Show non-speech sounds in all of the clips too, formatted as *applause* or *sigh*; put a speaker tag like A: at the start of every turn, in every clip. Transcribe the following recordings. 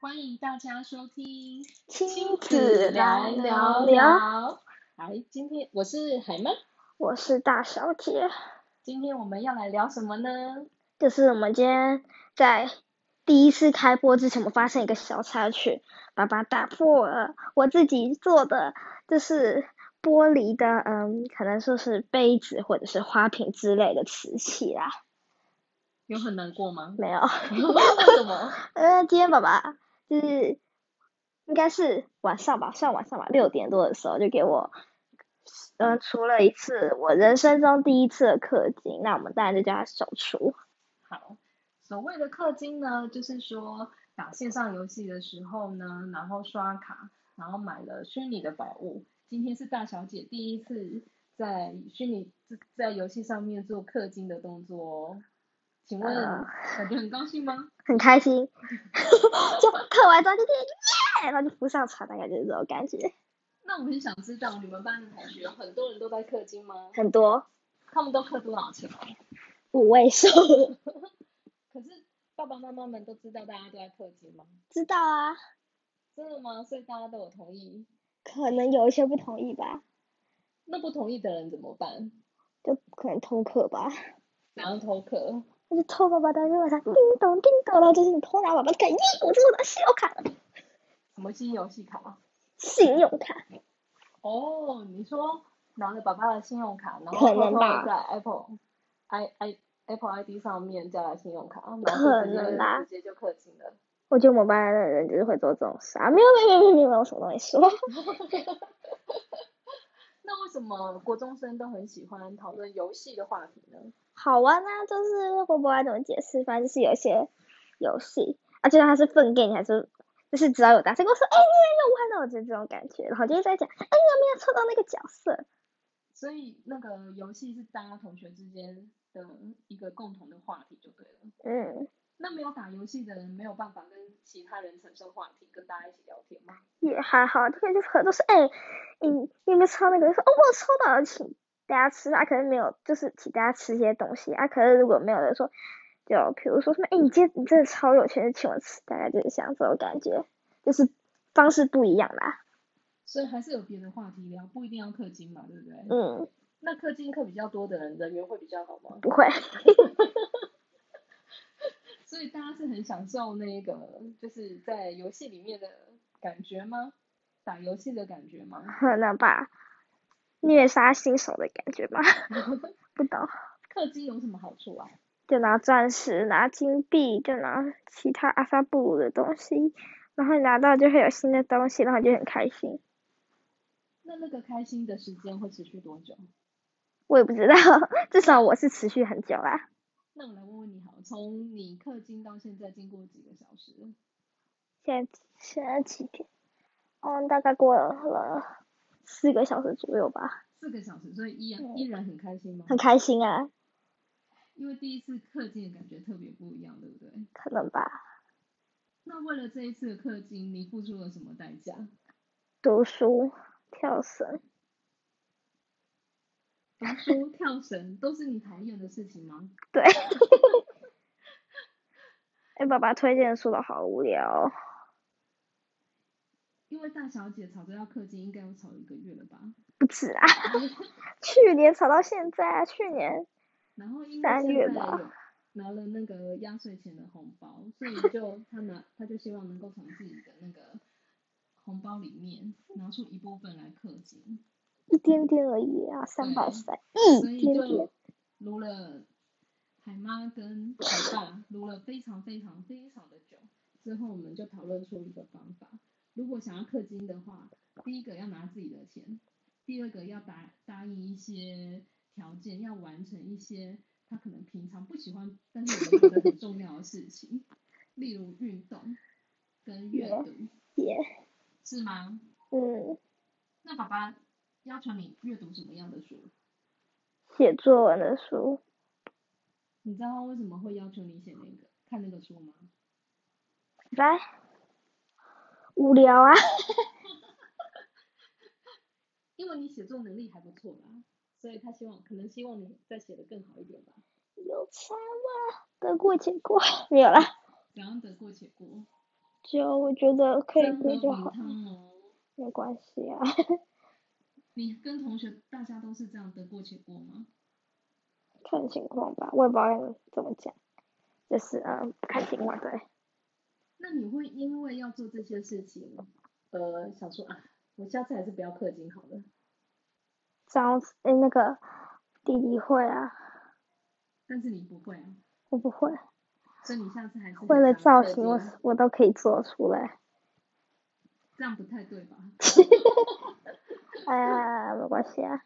A: 欢迎大家收听
B: 亲子来聊聊，
A: 聊。来，今天我是海曼，
B: 我是大小姐。
A: 今天我们要来聊什么呢？
B: 就是我们今天在第一次开播之前，我们发现一个小插曲，爸爸打破了我自己做的，就是玻璃的，嗯，可能说是杯子或者是花瓶之类的瓷器啦。
A: 有很难过吗？ *laughs*
B: 没有，
A: 为什么？
B: 呃，今天爸爸就是应该是晚上吧，算晚上吧，六点多的时候就给我，嗯、出了一次我人生中第一次的氪金，那我们当然就叫它手厨。
A: 好，所谓的氪金呢，就是说打线上游戏的时候呢，然后刷卡，然后买了虚拟的宝物。今天是大小姐第一次在虚拟在游戏上面做氪金的动作哦。请问
B: 呃
A: 感觉很高兴吗？
B: 很开心，就刻完之后就觉得耶，然后就浮上床，大概就是这种感觉。
A: 那我很想知道你们班的同学很多人都在氪金吗？
B: 很多
A: 他们都氪多少钱？啊
B: 五位数，
A: 可是爸爸妈妈们都知道大家都在氪金吗？
B: 知道啊，
A: 真的吗？所以大家都有同意？
B: 可能有一些不同意吧，
A: 那不同意的人怎么办？
B: 就可能偷课吧，
A: 然后偷氪？
B: 那就偷爸爸的热上叮咚叮咚，然后就是你偷拿爸爸的卡，耶，我做的信用卡了，
A: 什么新游戏卡？
B: 信用卡，
A: 哦，你说拿着爸爸的信用卡，然后
B: 可
A: 偷
B: 能
A: 偷
B: 吧
A: 地在 Apple i i Apple ID 上面加了信用卡，然后
B: 可
A: 就直接
B: 能啦
A: 直接就氪金了。
B: 我觉得我们班的人就是会做这种事啊，没有没有没有没有没有什么东西说，
A: 那为什么国中生都很喜欢讨论游戏的话题呢？
B: 好玩啊，就是我不知道怎么解释，反正就是有一些游戏，啊，就算它是分给你，还是就是只要有答，谁跟我说，哎、你也有玩了，我就是这种感觉，然后就是在讲，哎、你有没有抽到那个角色？
A: 所以那个游戏是大家同学之间的一个共同的话题就对了。
B: 嗯，
A: 那没有打游戏的人没有办法跟其他人产生话题，跟大家一起聊天吗？
B: 也还好，这个就是很多是，哎、你你有没有抽到那个？说，哦，我有抽到了，请大家吃啊，可是没有，就是请大家吃一些东西啊，可是如果没有人说，就比如说什么，哎、你今天你真的超有钱，请我吃，大概就是像这种感觉，就是方式不一样啦，
A: 所以还是有别的话题聊，不一定要氪金嘛，对不对？
B: 嗯，
A: 那氪金氪比较多的人，人缘会比较好吗？
B: 不会。
A: 所以大家是很享受那个就是在游戏里面的感觉吗？打游戏的感觉吗？
B: 可能吧，虐杀新手的感觉吧， *laughs* 不懂。
A: 氪金有什么好处啊？
B: 就拿钻石，拿金币，就拿其他阿萨布鲁的东西，然后拿到就会有新的东西，然后就很开心。
A: 那那个开心的时间会持续多久？
B: 我也不知道，至少我是持续很久啦，
A: 那我来问问你好，从你氪金到现在经过几个小时？
B: 现在现在几点？嗯，大概过了四个小时左右吧，
A: 四个小时，所以依然
B: 对
A: 依然很开心吗？
B: 很开心啊，
A: 因为第一次氪金的感觉特别不一样，对不对？
B: 可能吧。
A: 那为了这一次的氪金，你付出了什么代价？
B: 读书、跳绳，
A: 读书、跳绳都是你讨厌的事情吗？
B: 对。哎、爸爸推荐的书都好无聊哦、
A: 因为大小姐吵着要氪金，应该有吵一个月了吧？
B: 不止啊，去年炒到现在啊，去年
A: 然后因为
B: 三月
A: 现在
B: 吧
A: 有拿了那个压岁钱的红包，所以就他拿他就希望能够从自己的那个红包里面拿出一部分来氪金，
B: 一点点而已啊，三百三
A: 所
B: 一
A: 以
B: 点点
A: 就，撸了海妈跟海爸撸了非常非常非常的久。之后我们就讨论出一个方法，如果想要氪金的话，第一个要拿自己的钱，第二个要答答应一些条件，要完成一些他可能平常不喜欢，但是我们觉得很重要的事情，例如运动跟阅读，
B: 也
A: 是吗？
B: 嗯，
A: 那爸爸要求你阅读什么样的书？
B: 写作文的书，
A: 你知道为什么会要求你写那个看那个书吗？
B: 来，无聊啊，
A: 因为你写作能力还不错啦，所以他希望可能希望你再写的更好一点吧。
B: *laughs* 有差吗？得过且过，没有啦，
A: 怎样得过且过？
B: 酒，我觉得可以
A: 三
B: 归
A: 合
B: 就
A: 米
B: 好，
A: 汤哦。
B: 没关系啊。 *laughs*
A: 你跟同学大家都是这样得过且过吗？
B: 看情况吧，我也不知道该怎么讲，就是嗯，看情况对。
A: 那你会因为要做这些事情，呃，想说啊，我下次还是不要氪金好了。
B: 张诶那个弟弟会啊，
A: 但是你不会啊，
B: 我不会，
A: 所以你下次还是
B: 为了
A: 很常
B: 造
A: 氪
B: 型我
A: 金
B: 我都可以做出来。
A: 这样不太对吧？
B: 哎呀，没关系啊，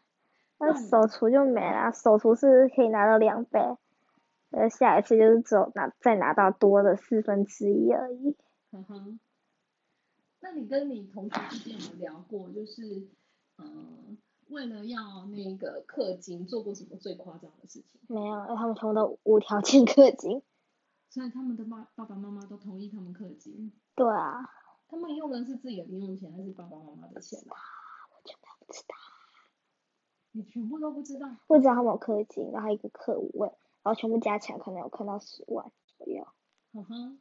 A: 那
B: 那
A: 你
B: 手厨就没啦，手厨是可以拿到两倍，呃，下一次就是只有拿再拿到多的四分之一而已。
A: 呵呵。那你跟你同学之间有没有聊过，就是呃，为了要那个氪金，做过什么最夸张的事情？
B: 没有，他们全部都无条件氪金。
A: 所以他们的爸爸爸妈妈都同意他们氪金，
B: 对啊，
A: 他们用的是自己的零用钱还是爸爸妈妈的钱啊？
B: 我全部不知道。
A: 你全部都不知道，
B: 我知道他们有氪金，然后一个氪五万，然后全部加起来可能有氪到十万左右。
A: 呵呵。嗯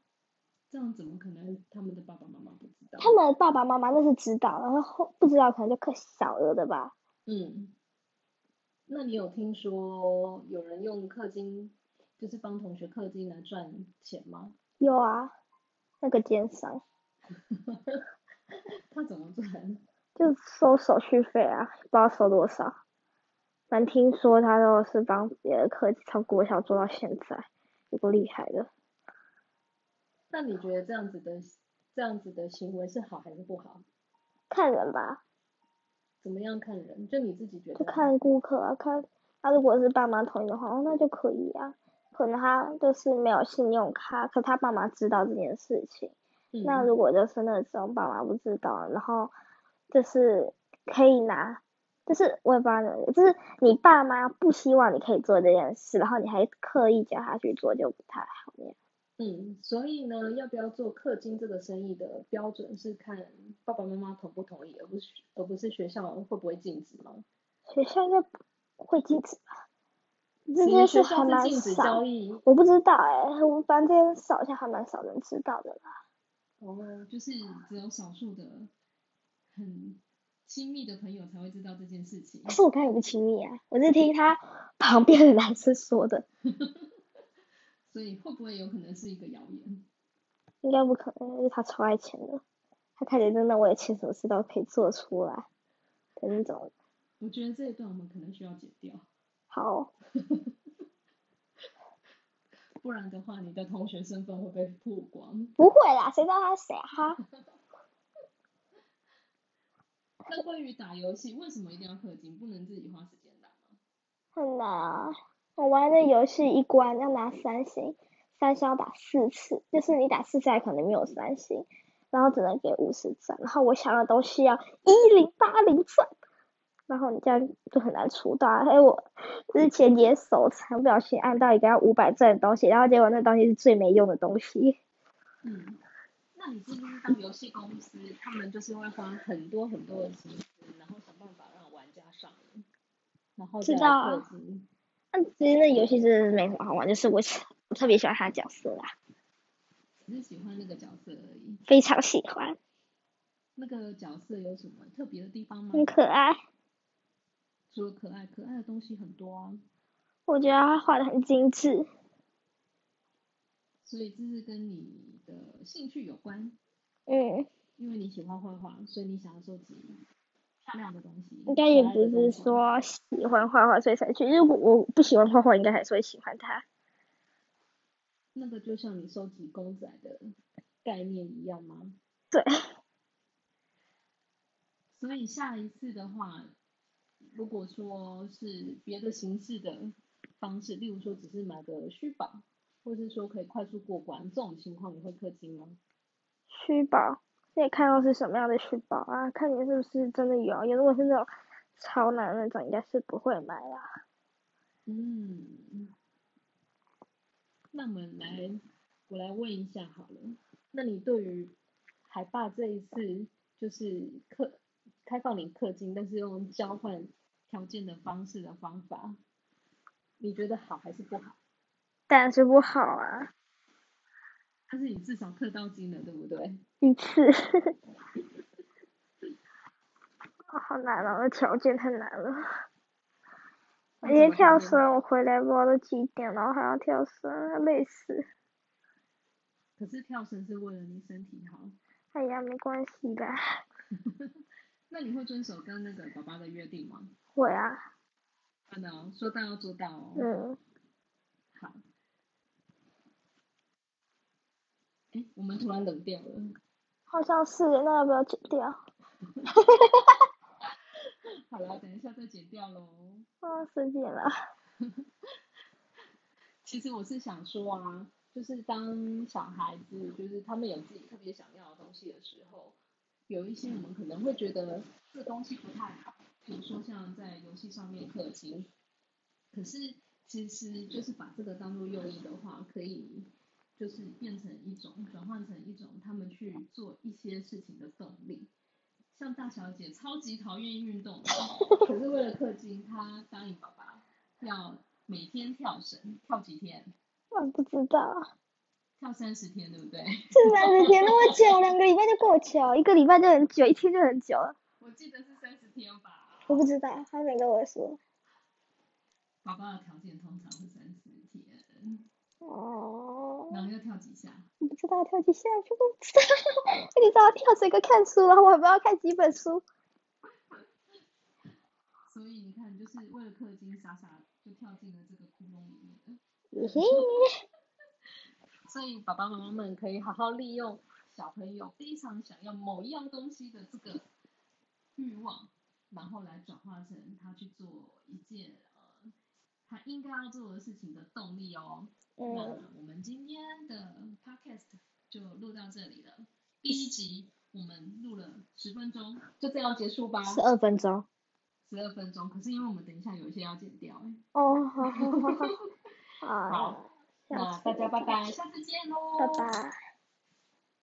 A: 这样怎么可能他们的爸爸妈妈不知道？
B: 他们爸爸妈妈那是知道，然后后不知道可能就氪小额的吧。
A: 嗯，那你有听说有人用氪金，就是帮同学氪金来赚钱吗？
B: 有啊，那个奸商
A: 他怎么赚？
B: 就收手续费啊，不知道收多少。反正听说他都是帮别人氪金，从国小做到现在，有够厉害的。
A: 那你觉得这样子的这样子的行为是好还是不好？
B: 看人吧，
A: 怎么样看人？就你自己觉
B: 就
A: 得？
B: 看顾客啊，看他如果是爸妈同意的话，哦那就可以啊。可能他就是没有信用卡，可他爸妈知道这件事情。
A: 嗯
B: 那如果就是那种爸妈不知道，然后就是可以拿，就是我也不知道怎么讲，就是你爸妈不希望你可以做这件事，然后你还刻意叫他去做，就不太好那样。
A: 嗯，所以呢，要不要做氪金这个生意的标准是看爸爸妈妈同不同意，而不是而不是学校会不会禁止吗？
B: 学校应该不会禁止吧？这
A: 其
B: 件
A: 实学
B: 事还
A: 校
B: 蛮
A: 是禁止
B: 少
A: 交，易
B: 我不知道哎、我反正这件事好像还蛮少人知道的啦。
A: 哦，就是只有少数的很亲密的朋友才会知道这件事情 *laughs*
B: 但。是我刚才也不亲密啊，我是听他旁边的男生说的，
A: 所以会不会有可能是一个谣言？
B: 应该不可能，因为他超爱钱的，他看起来真的我有钱，什么事都可以做出来的那种。
A: 我觉得这一段我们可能需要剪掉，
B: 好，
A: 不然的话你的同学身份会被曝光。
B: 不会啦，谁知道他是谁啊？哈，
A: 那关于打游戏，为什么一定要氪金？不能自己花时间打吗？
B: 很难啊！我玩的游戏一关要拿三星，三星要打四次，就是你打四次还可能没有三星，然后只能给五十钻，然后我想要的东西要一零八零钻，然后你这样就很难出道啊。哎，我之前也手残，不小心按到一个要五百钻的东西，然后结果那东西是最没用的东西。
A: 嗯，那你知不知道游戏公司他们就是会花很多很多的心思，然后想办法让玩家上瘾，然后
B: 知
A: 再来
B: 道啊
A: 氪金。
B: 但其实那游戏真的是没什么好玩，就是我喜我特别喜欢他的角色啦，
A: 只是喜欢那个角色而已。
B: 非常喜欢，
A: 那个角色有什么特别的地方吗？
B: 很可爱。
A: 除了可爱，可爱的东西很多啊，
B: 我觉得他画的很精致，
A: 所以这是跟你的兴趣有关，
B: 嗯，
A: 因为你喜欢绘画，所以你想要收集漂亮的东西。
B: 应该也
A: 可爱
B: 不
A: 的
B: 是
A: 东西，
B: 说喜欢画画所以才去，如果我不喜欢画画，应该还是会喜欢他。
A: 那个就像你收集公仔的概念一样吗？
B: 对，
A: 所以下一次的话，如果说是别的形式的方式，例如说只是买个虚宝，或是说可以快速过关，这种情况你会氪金吗？
B: 虚宝，你也看到是什么样的虚宝啊？看你是不是真的有，有如果是那种超难的那种，应该是不会买啦。
A: 嗯，那我们来，我来问一下好了，那你对于海霸这一次就是氪开放你氪金，但是用交换条件的方式的方法，你觉得好还是不好？
B: 当然是不好啊。
A: 但是你至少氪到金了，对不对？
B: 一次。 *laughs* 哦好难哦，那条件太难了。我
A: 那
B: 今
A: 怎
B: 天
A: 么
B: 跳
A: 还是
B: 绳，我回来不知道都几点了，我还要跳绳，累死。
A: 可是跳绳是为了你身体好，
B: 哎呀，没关系的，
A: 那你会遵守跟那个爸爸的约定吗？
B: 会啊，
A: 真的哦，说到要做到哦。
B: 嗯，
A: 好。哎，我们突然冷掉了。
B: 好像是，那要不要剪掉？
A: 好了，等一下再剪掉喽。
B: 啊，十点了，
A: 其实我是想说啊，就是当小孩子，就是他们有自己特别想要的东西的时候，有一些我们可能会觉得这东西不太好，比如说像在游戏上面氪金，可是其实就是把这个当做诱因的话，可以就是变成一种转换成一种他们去做一些事情的动力。像大小姐超级讨厌运动的，可是为了氪金，她答应爸爸要每天跳绳，跳几天？
B: 我不知道，
A: 跳三十天，对不对？
B: 这三十啊天那么久，两个礼拜就过去了，一个礼拜就很久，一天就很久了。
A: *laughs* 我记得是三十天吧。
B: 我不知道，他没跟我说。
A: 爸爸的条件通常是三十天，
B: 哦，
A: 然后要跳几下？
B: 我不知道跳几下，这个不知道， *laughs* 这个知道跳这个看书啊了，我还不知道看几本书。
A: 所以你看，就是为了氪金，傻傻就跳进了这个窟窿里面了。
B: 嘿嘿，
A: 所以爸爸妈妈们可以好好利用小朋友非常想要某一样东西的这个欲望，然后来转化成他去做一件呃他应该要做的事情的动力哦。那
B: 嗯，
A: 我们今天的 podcast 就录到这里了，第一集我们录了十分钟，就这样结束吧，
B: 十二分钟。
A: 十二分钟。可是因为我们等一下有一些要剪掉，哎 *laughs*
B: 哦，好好好好好，
A: 好，那大家拜拜，下次见喽，
B: 拜拜。